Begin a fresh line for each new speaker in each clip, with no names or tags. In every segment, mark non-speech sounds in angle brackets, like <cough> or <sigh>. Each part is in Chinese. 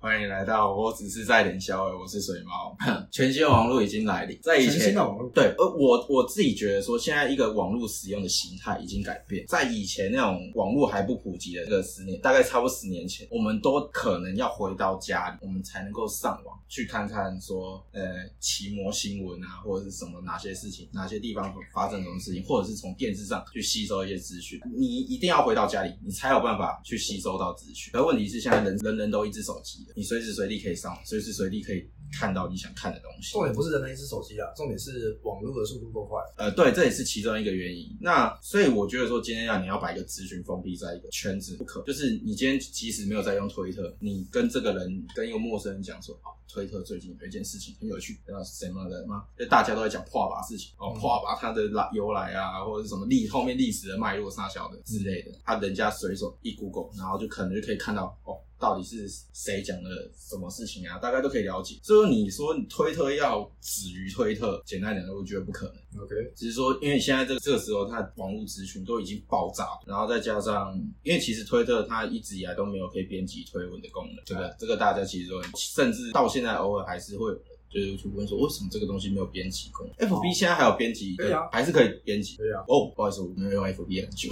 欢迎来到我只是在脸消我是水猫。 <laughs> 全新的网络已经来临，在以
全
前
新的网络，
对，而我我自己觉得说，现在一个网络使用的形态已经改变，在以前那种网络还不普及的这个十年，大概差不多十年前，我们都可能要回到家里，我们才能够上网去看看说，呃，奇摩新闻啊，或者是什么哪些事情，哪些地方发生什么事情，或者是从电视上去吸收一些资讯。你一定要回到家里，你才有办法去吸收到资讯。而问题是，现在人人人都一只手机了，你随时随地可以上网，随时随地可以看到你想看的东西。
重点不是人的一只手机啊，重点是网络的速度够快。
呃，对，这也是其中一个原因。那所以我觉得说，今天要你要把一个咨询封闭在一个圈子不可，就是你今天即使没有在用推特，你跟这个人跟一个陌生人讲说，哦，推特最近有一件事情很有趣，呃，什么人吗？就大家都在讲破把事情，哦，
嗯
破把它的来由来啊，或者是什么历后面历史的脉络、啥小的之类的，他、人家随手一 Google，然后就可能就可以看到哦。到底是谁讲了什么事情啊？大概都可以了解。所以说你说你推特要止于推特，简单讲，我觉得不可能。
OK， <laughs>
只是说，因为现在这个这个时候，它网络资讯都已经爆炸，然后再加上，因为其实推特它一直以来都没有可以编辑推文的功能，这个这个大家其实都很，甚至到现在偶尔还是会有人就是去问说，为什么这个东西没有编辑功能？FB 现在还有编辑，
哦对啊
还是可以编辑。
对啊，
哦，不好意思，我没有用 FB 很久，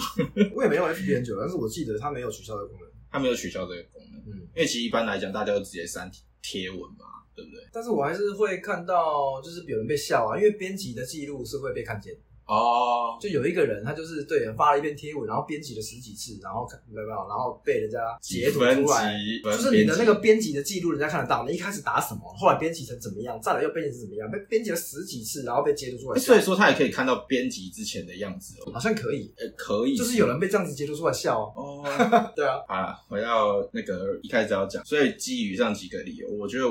我也没用 FB 很久，但是我记得它没有取消的功能。
它没有取消这个功能，
嗯，
因为其实一般来讲，大家都直接删贴文嘛，对不对？
但是我还是会看到，就是有人被笑啊，因为编辑的记录是会被看见的。
哦，
就有一个人，他就是对发了一篇贴文，然后编辑了十几次，然后看没有没有，然后被人家截图
分
出来，
级，
就
分
是你的那
编
个编辑的记录，人家看得到。你一开始打什么，后来编辑成怎么样，再来又编辑成怎么样，被编辑了十几次，然后被截图出来
辑，
笑
哎所以，说它也可以看到编辑之前的样子哦，
好像可以，
呃，可以，
就是有人被这样子截图出来笑哦。
哦。
<laughs> 对啊，
好啦，回到那个一开始要讲，所以基于上几个理由，我觉得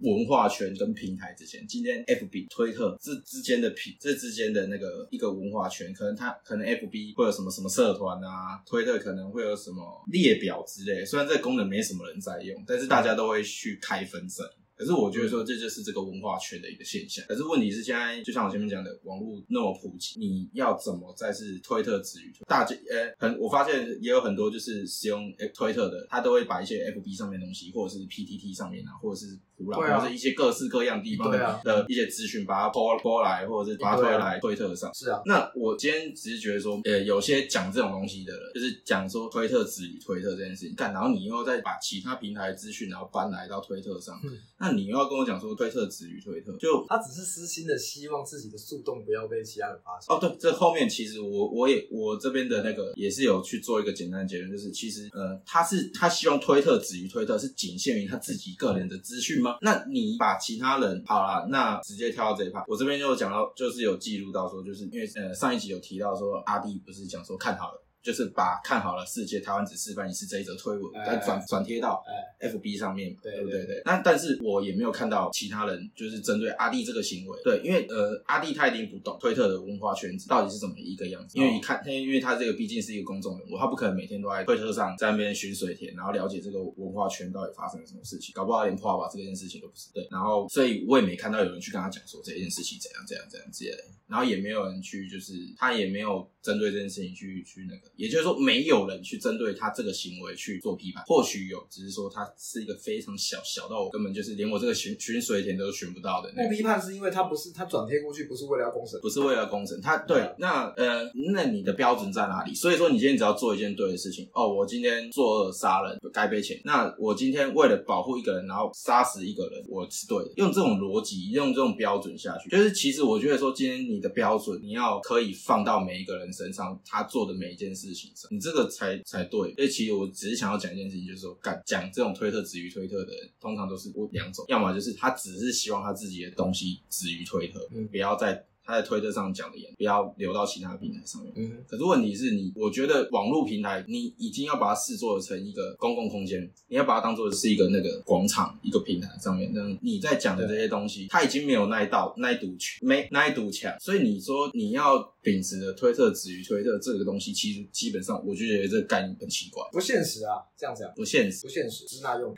文化圈跟平台之间，今天 FB、推特这之间的平，这之间的那个一个文化圈，可能它可能 FB 会有什么什么社团啊，推特可能会有什么列表之类，虽然这个功能没什么人在用，但是大家都会去开分身。可是我觉得说这就是这个文化圈的一个现象。可是问题是现在，就像我前面讲的，网络那么普及，你要怎么再是推特之余，大家呃、很我发现也有很多就是使用呃推特的，他都会把一些 FB 上面的东西，或者是 PTT 上面啊，或者是普朗，
对啊
或者是一些各式各样地方
对
的、
啊
的一些资讯，把它抛抛来，或者是把它推来推特上。
是啊，
那我今天只是觉得说，呃，有些讲这种东西的人，就是讲说推特止于推特这件事情，干，然后你又再把其他平台的资讯，然后搬来到推特上，
嗯
那你又要跟我讲说推特止于推特，就
他只是私心的希望自己的树洞不要被其他人发现。
哦，对，这后面其实我我也我这边的那个也是有去做一个简单的结论，就是其实呃，他是他希望推特止于推特，是仅限于他自己个人的资讯吗？那你把其他人好啦，那直接跳到这一趴，我这边就有讲到，就是有记录到说，就是因为呃上一集有提到说阿弟不是讲说看好了。就是把看好了世界台湾只示范一次这一则推文，
哎
再转转贴到
哎
FB 上面嘛，
对
对不
对
对对。那但是我也没有看到其他人就是针对阿弟这个行为，对，因为呃阿弟他一定不懂推特的文化圈子到底是怎么一个样子，因为一看，他因为他这个毕竟是一个公众人物，他不可能每天都在推特上在那边寻水田，然后了解这个文化圈到底发生了什么事情，搞不好连破把啊这件事情都不是对。然后所以我也没看到有人去跟他讲说这件事情怎样怎样怎样之类的。然后也没有人去，就是他也没有针对这件事情去去那个，也就是说没有人去针对他这个行为去做批判。或许有，只是说他是一个非常小小到我根本就是连我这个寻寻水田都寻不到的那
不
种。
批判是因为他不是他转贴过去不是为了要公审，
不是为了工程，他对那呃，那你的标准在哪里？所以说你今天只要做一件对的事情，哦，我今天作恶杀人该被钱，那我今天为了保护一个人，然后杀死一个人，我是对的。用这种逻辑，用这种标准下去，就是其实我觉得说，今天你的标准你要可以放到每一个人身上，他做的每一件事情上，你这个才才对。所以其实我只是想要讲一件事情，就是说，敢讲这种推特止于推特的人，通常都是我两种，要么就是他只是希望他自己的东西止于推特，
嗯
不要在他在推特上讲的言，不要流到其他平台上面。
嗯，
可是问题是你，我觉得网络平台，你已经要把它视作成一个公共空间，你要把它当做是一个那个广场、一个平台上面，那你在讲的这些东西，它已经没有那一道那一堵墙，没那一堵墙，所以你说你要秉持着推特止于推特这个东西，其实基本上我就觉得这个概念很奇怪，
不现实啊，这样讲
不现实。
不现实，支
<laughs>
那用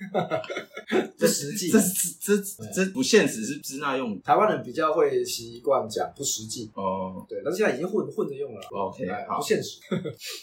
不实际
这。这这这不现实是支那用的
台湾人比较会习惯讲不实际，
哦。
对，但是现在已经混混着用了啦。
OK，
哎
好
不现实。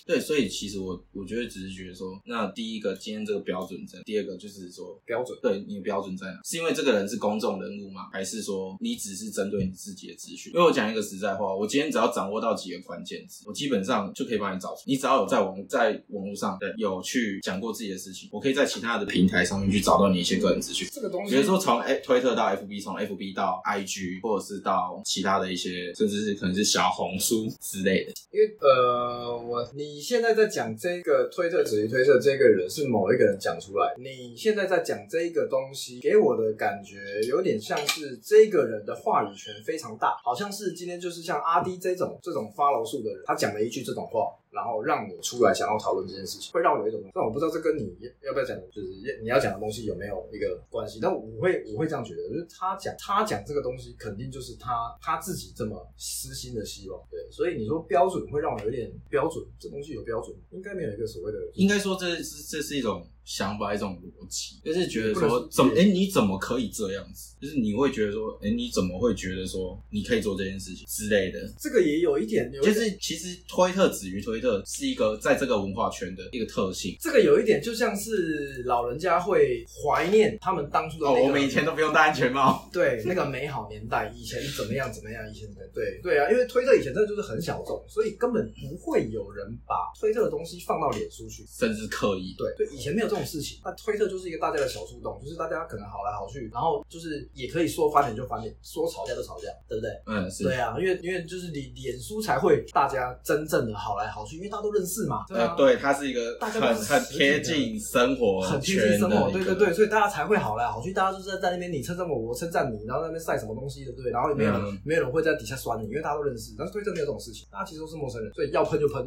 对，所以其实我我觉得只是觉得说，那第一个今天这个标准在，第二个就是说
标准
对你的标准在哪？是因为这个人是公众人物吗？还是说你只是针对你自己的资讯？因为我讲一个实在话，我今天只要掌握到几个关键词，我基本上就可以帮你找出。你只要有在网在网络上对有去讲过自己的事情，我可以在其他的平台上面去找到你一些个人资讯。
这个东西，
比如说从 A 推特到 FB，从 FB 到 IG，或者是到其他的一些，甚至是可能是小红书之类的。
因为呃，我你现在在讲这个推特止于推特这个人是某一个人讲出来，你现在在讲这个东西，给我的感觉有点像是这个人的话语权非常大，好像是今天就是像阿 D 这种这种 follow 数的人，他讲了一句这种话。然后让我出来想要讨论这件事情，会让我有一种，嗯但我不知道这跟你要不要讲，就是你要讲的东西有没有一个关系。但我会我会这样觉得，就是他讲他讲这个东西，肯定就是他他自己这么私心的希望。对，所以你说标准会让我有点标准，这东西有标准吗，应该没有一个所谓的
应该说这是这是一种想法，一种逻辑，就是觉得
不能
说
是
怎么哎、你怎么可以这样子？就是你会觉得说哎、你怎么会觉得说你可以做这件事情之类的？
这个也有一点，有一
就
点
是其实推特止于推特是一个在这个文化圈的一个特性。
这个有一点，就像是老人家会怀念他们当初的
哦，
那个、
我们以前都不用戴安全帽。
对那个美好年代，以前怎么样怎么样，以前怎么样对对啊，因为推特以前真的就是很小众，所以根本不会有人把推特的东西放到脸书去。
<laughs> 甚至刻意，
对对，以前没有这种事情。那推特就是一个大家的小树洞，就是大家可能好来好去，然后就是也可以说翻脸就翻脸，说吵架就吵架，对不对？
嗯，是
对啊，因为因为就是脸脸书才会大家真正的好来好去，因为大家都认识嘛。对啊，
呃，对，它是一个
大家
很
都是
很
实际
贴
的
近生活
很贴
圈
近生活，
的
对
一
对
个
对，所以大家才会好来好去，大家就是在在那边你称赞我，我称赞你，然后在那边晒什么东西的，对不对，然后也没有人、
嗯
没有人会在底下酸你，因为大家都认识。但是推特没有这种事情，大家其实都是陌生人，所以要喷就喷，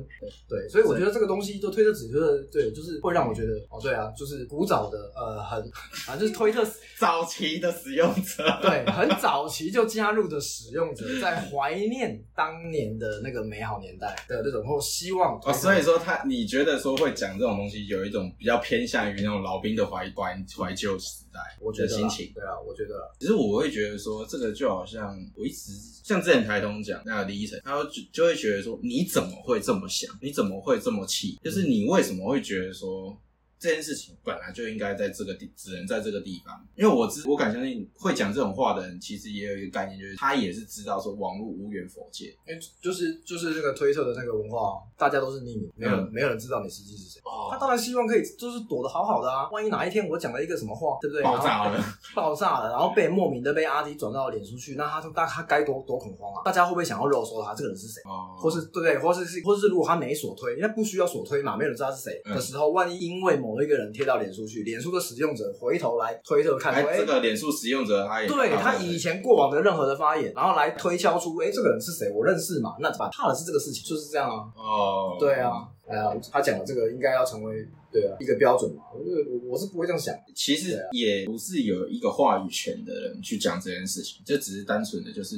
对，所以我觉得这个东西就推特只是对，就是会让我觉得哦，对啊，就是古早的呃很啊，就是推特
早期的使用者，
对很早期就加入的使用者，在怀念当年的那个美好年代的那种，或希望推
哦，
特
所以说他，你觉得说会讲这种东西，有一种比较偏向于那种老兵的怀怀怀旧时代
我觉
的
得啦
心情。
对啊，我觉得啦
其实我会觉得说，这个就好像我一直像之前台东讲那个李依晨，他就就会觉得说，你怎么会这么想？你怎么会这么
嗯
气？就是你为什么会觉得说？这件事情本来就应该在这个地，只能在这个地方。因为我知，我敢相信会讲这种话的人，其实也有一个概念，就是他也是知道说网络无缘佛界。
因为就是就是那个推特的那个文化，大家都是匿名，没有人、
嗯
没有人知道你实际是谁。他
哦，
当然希望可以就是躲得好好的啊，万一哪一天我讲了一个什么话，对不对？
爆炸了
然后， <laughs> 爆炸了，然后被莫名的被阿迪转到脸书去，那他就那他该多多恐慌啊！大家会不会想要肉搜他这个人是谁？
哦，
或是对不对？或是是，或是如果他没锁推，因为不需要锁推嘛，没有人知道他是谁、
嗯
的时候，万一因为某一个人贴到脸书去，脸书的使用者回头来推特看
哎
说，，哎、
这个脸书使用者他也
对他以前过往的任何的发言，然后来推敲出，哎，这个人是谁，我认识嘛？那怎么办？怕的是这个事情，就是这样啊。
哦，
对啊，哎呀，他讲的这个应该要成为对啊一个标准嘛。我是我是不会这样想，
其实
啊
也不是有一个话语权的人去讲这件事情，这只是单纯的就是，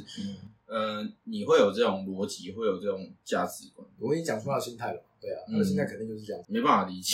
嗯、呃，你会有这种逻辑，会有这种价值观，
我已经讲出他的心态了。对啊，
嗯
他的心态肯定就是这样。
没办法理解，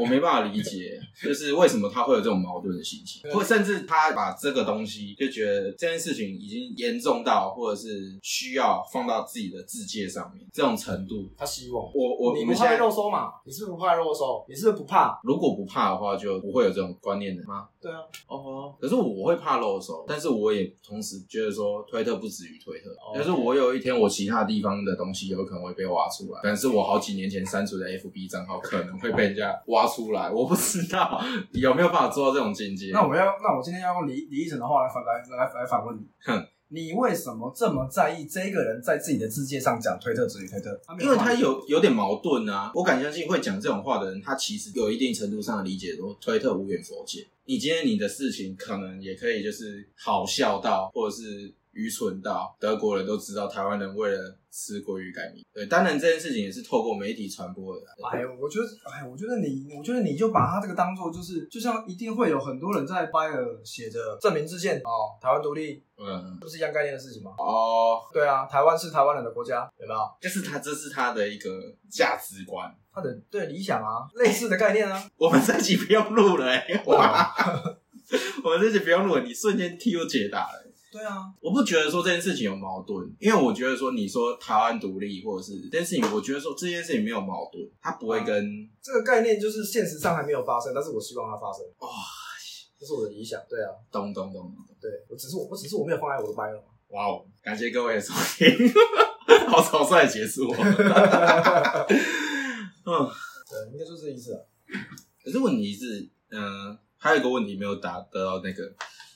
我没办法理解，就是为什么他会有这种矛盾的心情，或甚至他把这个东西就觉得这件事情已经严重到，或者是需要放到自己的自界上面这种程度。
他希望
我我
你
我
不
们
怕
现
被
在
肉收嘛？你是不是不怕肉收？你是不是不怕？
如果不怕的话，就不会有这种观念的吗？
对啊，
哦，可是我会怕露手，但是我也同时觉得说，推特不止于推特。
哦
但是我有一天，我其他地方的东西有可能会被挖出来，但是我好几年前删除的 FB 账号可能会被人家挖出来，我不知道 <laughs> 有没有办法做到这种境界。
那我要那我今天要用李李医生的话来反来来来反问你
哼，
你为什么这么在意这个人在自己的世界上讲推特止于推特？没
因为
话
他
语权
有有点矛盾啊，我敢相信会讲这种话的人，他其实有一定程度上的理解说，推特无缘佛界。你今天你的事情可能也可以就是好笑到，或者是愚蠢到德国人都知道台湾人为了吃国语改名。对，当然这件事情也是透过媒体传播的啦。啊
哎呦，我觉得，哎，我觉得你，我觉得你就把它这个当做就是，就像一定会有很多人在 Bayer 写着证明自宪哦，台湾独立
嗯，
不是一样概念的事情吗？
哦，
对啊，台湾是台湾人的国家，有没有？
就是他，这是他的一个价值观。
他的对理想啊，类似的概念啊，
我们这集不用录了、欸，哇！我们这集不用录了，你瞬间替我解答了、
<laughs> 对啊，
我不觉得说这件事情有矛盾，因为我觉得说你说台湾独立或者是这件事情，我觉得说这件事情没有矛盾，它不
嗯
会跟
这个概念就是现实上还没有发生，但是我希望它发生，
哇、
这是我的理想。对啊，
咚咚咚咚咚，
对我只是我，我只是我没有放在我的 Bayer 嘛。
哇哦！感谢各位的收听， <laughs> 好草率的结束哦。 <laughs> 嗯，
对，应该就这意思啊。
可是问题是，嗯、呃，还有一个问题没有达得到那个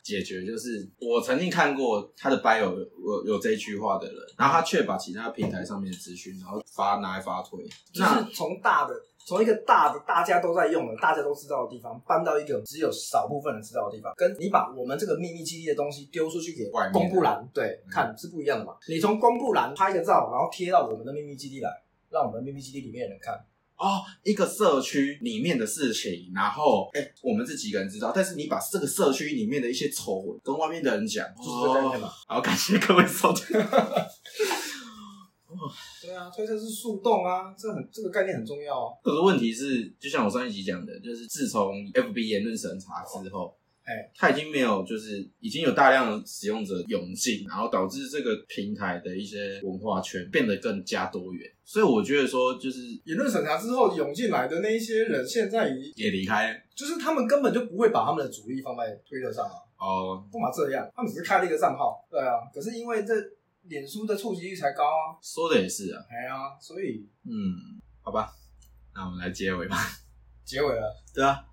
解决，就是我曾经看过他的 bio 有有有这一句话的人，然后他却把其他平台上面的资讯，然后发拿来发推，
就
那
是从大的，从一个大的大家都在用的、大家都知道的地方，搬到一个只有少部分人知道的地方，跟你把我们这个秘密基地的东西丢出去给
外面的
公布栏，对，
嗯
看是不一样的嘛。你从公布栏拍个照，然后贴到我们的秘密基地来，让我们秘密基地里面的人看。
哦，一个社区里面的事情，然后哎、我们这几个人知道，但是你把这个社区里面的一些丑闻跟外面的人讲，
就是这个概念嘛
哦好，感谢各位收听。
对啊，推测是树洞啊，这很这个概念很重要啊。
可是问题是，就像我上一集讲的，就是自从 FB 言论审查之后，
哎
它已经没有，就是已经有大量的使用者涌进，然后导致这个平台的一些文化圈变得更加多元。所以我觉得说，就是
言论审查之后涌进来的那一些人，现在已
也离开了
就是他们根本就不会把他们的主力放在推特上啊。
哦，
干嘛这样？他们只是开了一个账号，对啊，可是因为这脸书的触及率才高啊，
说的也是啊，
哎呀、所以
嗯，好吧，那我们来结尾吧。
结尾了，啊
对啊，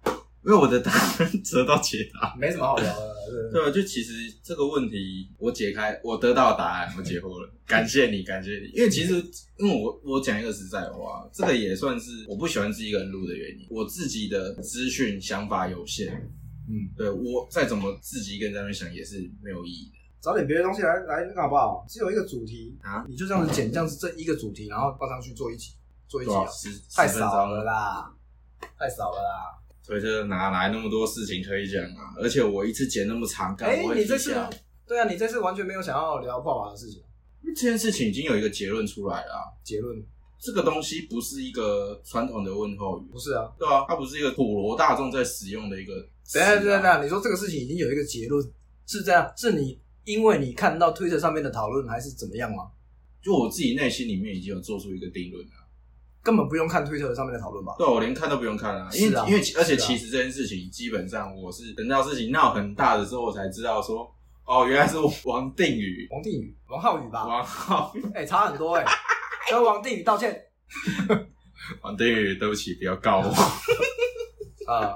因为我的答案得到解答。
没什么好聊的了，是不是
对啊，就其实这个问题我解开，我得到答案，我解惑了，感谢你，感谢你。 <laughs> 因为其实，因为我我讲一个实在的话，这个也算是我不喜欢自己一个人录的原因。我自己的资讯想法有限，
嗯，
对我再怎么自己一个人在那边想也是没有意义的。
找点别的东西来来那个好不好？只有一个主题
啊，
你就这样子剪，这样子这一个主题，然后放上去做一集，做一集、
多少
啊，
十
太
十分钟
少了啦，太少了啦。
所以这哪来那么多事情可以讲啊？而且我一次剪那么长，干
哎、
我会
你这
皮
次
笑
对啊，你这次完全没有想要聊爆娃的事情，
这件事情已经有一个结论出来了啊、
结论
这个东西不是一个传统的问候语，
不是啊。
对啊，它不是一个普罗大众在使用的一个词
等
啊、
一下等一下等一下，你说这个事情已经有一个结论，是这样？是你因为你看到推特上面的讨论，还是怎么样吗？
就我自己内心里面已经有做出一个定论了。
根本不用看推特上面的讨论吧？
对啊、我连看都不用看啊，因
是
为、
啊
因为其而且
是啊
其实这件事情基本上我是等到事情闹很大的时候，我才知道说，哦，原来是王定宇、 <laughs>
王定宇、王浩宇吧？
王浩、
哎、差
<laughs>
很多哎、跟王定宇道歉
王定宇，对不起，不要告我。 <laughs>
啊、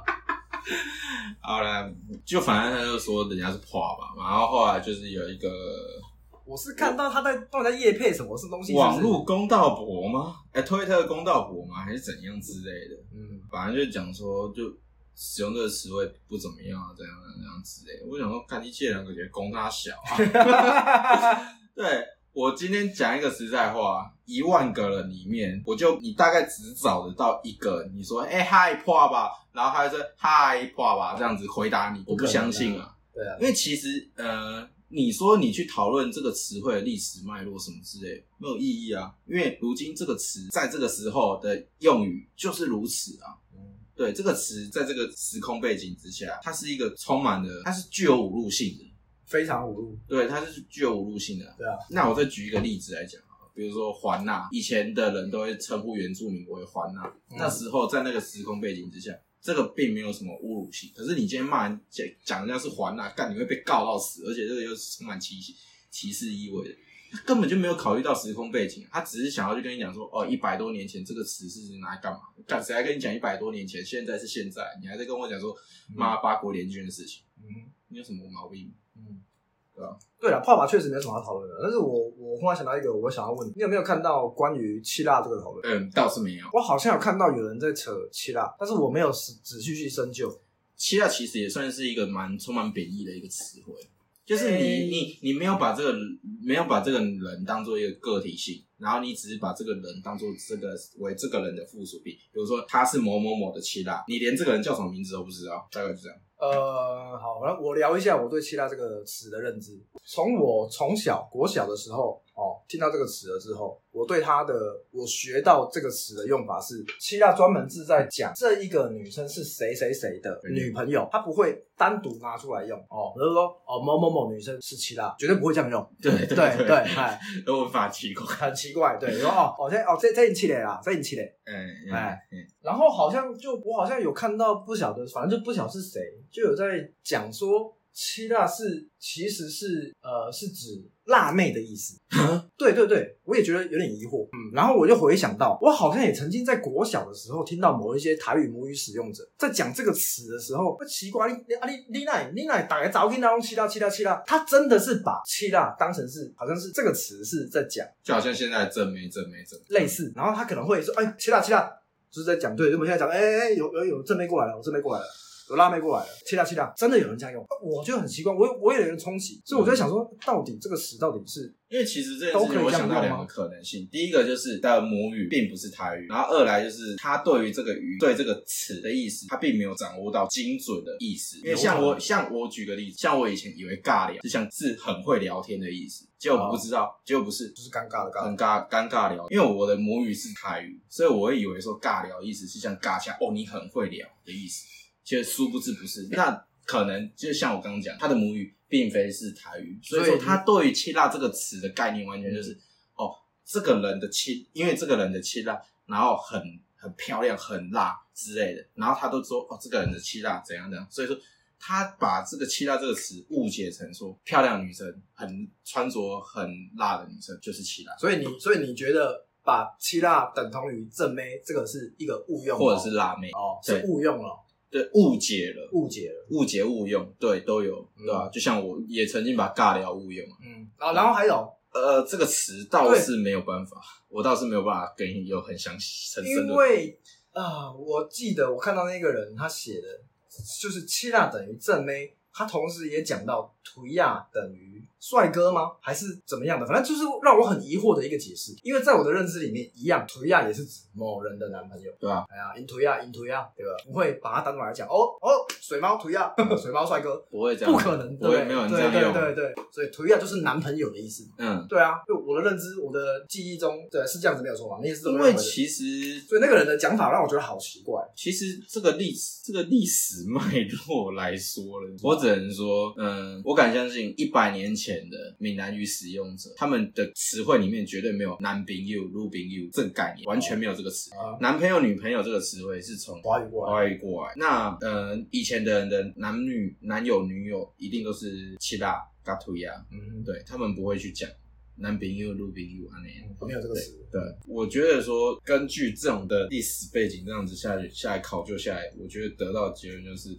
好了，就反正他就说人家是垮嘛，然后后来就是有一个
我是看到他在到底在夜配什么是东西是不是
网络，公道博吗？哎、推特公道博吗？还是怎样之类的？
嗯，
反正就讲说，就使用这个词汇不怎么样啊，怎样怎样怎样之类的。我想说，看你借两个觉供他小啊。对我今天讲一个实在话，一万个人里面，我就你大概只找得到一个，你说哎嗨怕吧，然后他就说嗨怕吧，这样子回答你，我不相信啊，
对啊，
因为其实呃。你说你去讨论这个词汇的历史脉络什么之类，没有意义啊，因为如今这个词在这个时候的用语就是如此啊。
嗯
对这个词，在这个时空背景之下，它是一个充满了，它是具有侮辱性的。
非常侮辱，
对，它是具有侮辱性的。
对啊，
那我再举一个例子来讲啊，比如说环纳，以前的人都会称呼原住民为环纳，
嗯
那时候在那个时空背景之下。这个并没有什么侮辱性，可是你今天骂人讲讲人家是环纳，干你会被告到死，而且这个又是充满歧视歧视意味的，他根本就没有考虑到时空背景，他只是想要去跟你讲说，哦，一百多年前这个词是拿来干嘛？干谁还跟你讲一百多年前？现在是现在，你还在跟我讲说骂八国联军的事情，
嗯
你有什么毛病？
嗯，
对啊，
对了，泡泡确实没什么好讨论的，但是我我忽然想到一个，我想要问你，你有没有看到关于希腊这个讨论？
嗯，倒是没有。
我好像有看到有人在扯希腊，但是我没有仔仔细去深究。
希腊其实也算是一个蛮充满贬义的一个词汇。就是你
哎
你你没有把这个没有把这个人当做一个个体性，然后你只是把这个人当做这个为这个人的附属品，比如说他是某某某的七辣，你连这个人叫什么名字都不知道，大概就这样。
呃，好，那我聊一下我对“希腊”这个词的认知。从我从小国小的时候，哦，听到这个词了之后，我对它的我学到这个词的用法是，希腊专门是在讲这一个女生是谁谁谁的
嗯
女朋友，她不会单独拿出来用哦，比如说哦某某某女生是希腊，绝对不会这样用。
对
对
对
对，
<laughs>
哎，
我无法奇怪。
很奇怪，对，说哦哦这哦这这你气嘞啦，这你气嘞，
嗯嗯
哎
嗯
然后好像就我好像有看到不晓得，反正就不晓得是谁，就有在讲说七辣是其实是呃是指辣妹的意思。对对对，我也觉得有点疑惑。嗯，然后我就回想到，我好像也曾经在国小的时候听到某一些台语母语使用者在讲这个词的时候，会奇怪，你啊你你那你那打个早听到用七辣七辣七辣，他真的是把七辣当成是好像是这个词是在讲。
就好像现在的正妹正妹正妹
类似，然后他可能会说：“哎，切啦切啦，就是在讲对，我们现在讲，哎哎哎，有有有正妹过来了，我正妹过来了。”有辣妹过来了，切啦切啦，真的有人这样用，我就很奇怪，我我也有人冲击，所以我就在想说，到底这个词到底是
因为其实这件事
都可以
情，我
这样
想到
用
两个
吗
可能性。第一个就是他的母语并不是台语，然后二来就是他对于这个语对这个词的意思，他并没有掌握到精准的意思。因为像
有可
我
能
像我举个例子，像我以前以为尬聊是像是很会聊天的意思，结果不知道，结果不是，
哦就是尴尬的尬，
很尬尴尬聊。因为我的母语是台语，所以我会以为说尬聊的意思是像尬下哦，你很会聊的意思，其实殊不知不是。那可能就像我刚刚讲，他的母语并非是台语，所以
所
说
以
他对于“七辣”这个词的概念完全
嗯
就是、哦，这个人的七，因为这个人的七辣，然后很很漂亮、很辣之类的，然后他都说哦，这个人的七辣怎样怎样，所以说。他把这个“七辣”这个词误解成说，漂亮女生很穿着很辣的女生就是七辣，
所以你所以你觉得把切辣等同于正妹这个是一个误用哦，
或者是辣妹，
哦是误用了，
对，误解了，
误嗯解了，
误解误用，对，都有，对吧、就像我也曾经把尬聊误用啊，
嗯，然后然后还有
呃，这个词倒
对
是没有办法，我倒是没有办法给你有很详细、很深
因
的。
为啊、我记得我看到那个人他写的，就是七辣等于正妹，他同时也讲到图亚等于帅哥吗？还是怎么样的？反正就是让我很疑惑的一个解释，因为在我的认知里面，一样图亚也是指某人的男朋友，
对啊，
哎呀，因图亚，因图亚，对吧？不会把它单独来讲，哦哦，水猫图亚， <laughs> 水猫帅哥。
不会这样，
不可能，
不
对
会没有人这
对
样用
对。对对，所以图亚就是男朋友的意思嘛。
嗯，
对啊，就我的认知，我的记忆中，对是这样子没有错嘛？你也是这么
因
认为
为
的？
其实
所以那个人的讲法让我觉得好奇怪。
其实这个历史这个历史脉络来说了，我只能说，嗯，我敢相信一百年前的闽南语使用者，他们的词汇里面绝对没有“男朋友”“女朋友”这个概念，完全没有这个词。
啊
男朋友、女朋友这个词汇是从
华语过来
华语过来。那呃，以前的人的男女、男友、女友一定都是七大嘎图呀，
嗯，
对他们不会去讲男朋友、女朋友啊那样。
没有这个词。
对，我觉得说根据这种的历史背景这样子下去下来考究下来，我觉得得到的结论就是，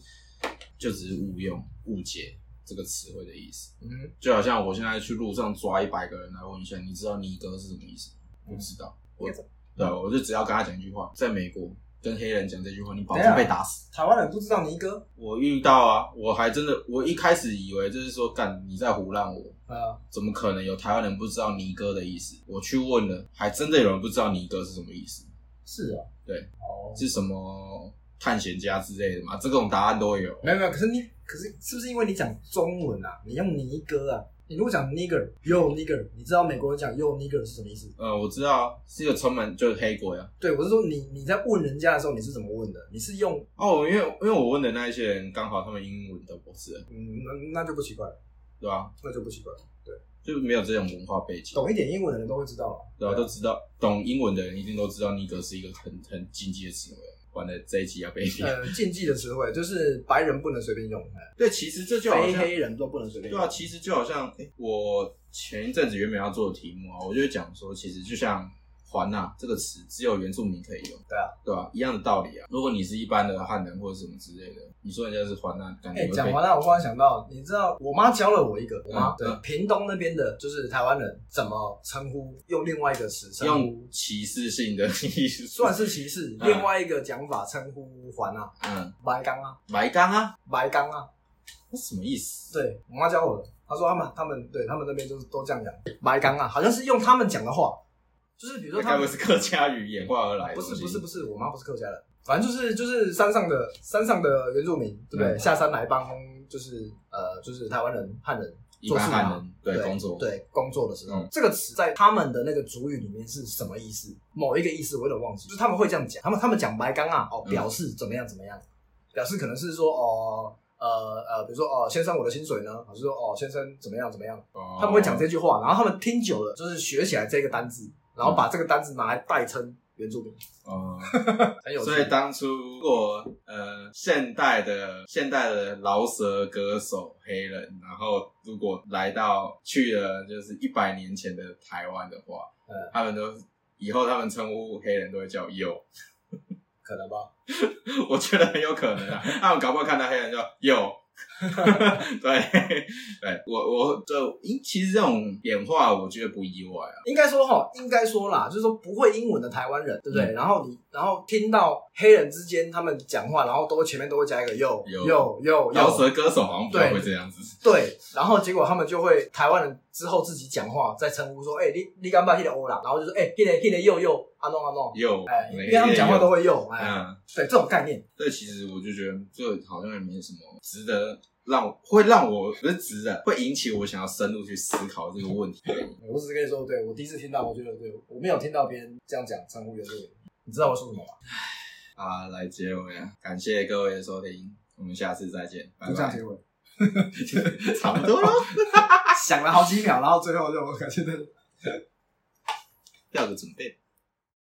就只是误用误解这个词汇的意思。
嗯，
就好像我现在去路上抓一百个人来问一下，你知道尼哥是什么意思吗？不知道，我对，啊我就只要跟他讲一句话，在美国跟黑人讲这句话，你保
等
证
一下
被打死。
台湾人不知道尼哥
我遇到啊，我还真的，我一开始以为就是说，干你在胡乱我，
啊，
怎么可能有台湾人不知道尼哥的意思？我去问了，还真的有人不知道尼哥是什么意思，
是啊，
对，
哦，
是什么探险家之类的嘛？这种答案都有。
没有没有，可是你可是是不是因为你讲中文啊？你用尼哥啊？你如果讲 nigger yo nigger，你知道美国人讲 yo nigger 是什么意思？
呃，我知道啊，是一个充满就是黑鬼啊。
对，我是说你你在问人家的时候，你是怎么问的？你是用
哦，因为因为我问的那一些人，刚好他们英文都不是，
嗯，那那就不奇怪了，
对吧、
那就不奇怪了。
就没有这种文化背景，
懂一点英文的人都会知道了。
对吧、都知道懂英文的人一定都知道尼格是一个很很禁忌的词汇。完了，这一集要被毙。
呃，禁忌的词汇就是白人不能随便用，哎
对，其实这就好
非
像
黑人都不能随便
对
用。
啊，其实就好像、诶我前一阵子原本要做的题目啊，我就讲说，其实就像“环”呐这个词，只有原住民可以用，
对啊，
对吧、一样的道理啊。如果你是一般的汉人或者什么之类的，你说人家是“环”呐，感觉
哎、
会被
讲完了，我忽然想到，你知道我妈教了我一个，我妈、
嗯
对
嗯
屏东那边的，就是台湾人怎么称呼，用另外一个词称呼，
用歧视性的意思，
<laughs> 算是歧视。
嗯
另外一个讲法称呼还啊，
嗯，
白刚啊，
白刚啊，
白刚啊，
那什么意思？
对我妈教我的，她说他们他们对他们那边就是都这样讲，白刚啊，好像是用他们讲的话，就是比如
那
说他
该不
们
会是客家语演化而来的
不
东西？
是不是不是，我妈不是客家人，反正就是就是山上的山上的原住民，对不对？
嗯
下山来帮就是呃就是台湾人汉人
一
做事
般汉
嘛。
人对工作，
对工作的时候，
嗯
这个词在他们的那个主语里面是什么意思？某一个意思我有点忘记，就是他们会这样讲，他们他们讲白刚啊，哦，
嗯
表示怎么样怎么样，表示可能是说哦呃呃，比如说哦先生我的薪水呢，还是说哦先生怎么样怎么样，
哦
他们会讲这句话，然后他们听久了就是学起来这个单字，然后把这个单字拿来代称原住民，
哦。
很有趣。
所以当初如果呃现代的现代的饶舌歌手黑人，然后如果来到去了就是一百年前的台湾的话，
嗯
他们都以后他们称呼黑人都会叫右，
可能吧，
<laughs> 我觉得很有可
<laughs>
能啊，他们搞不好看到黑人就右。对，对我我就因其实这种演化，我觉得不意外啊。
应该说哈，应该说啦，就是说不会英文的台湾人，对不对？
嗯
然后你，然后听到黑人之间他们讲话，然后都会前面都会加一个又
有
又又
饶
又，
舌歌手好像不太会这样子，
对，然后结果他们就会台湾人之后自己讲话，再称呼说，哎、你你干嘛去的欧啦？然后就说，哎、欸，去的去的又又阿弄阿弄，
右，
哎，
每
因
个
为他们讲话
右
都会又，哎，
嗯。
对，这种概念，
这其实我就觉得这好像也没什么值得让我会让我不是值得，会引起我想要深入去思考这个问题。
我只是跟你说，对我第一次听到，我觉得对我没有听到别人这样讲称呼原住民，你知道我说什么吗？
啊，来结尾啊！感谢各位的收听，我们下次再见，拜
就这样
拜。
结尾，啊
差不多了，
想了好几秒，然后最后就感觉
<laughs> 要有准备。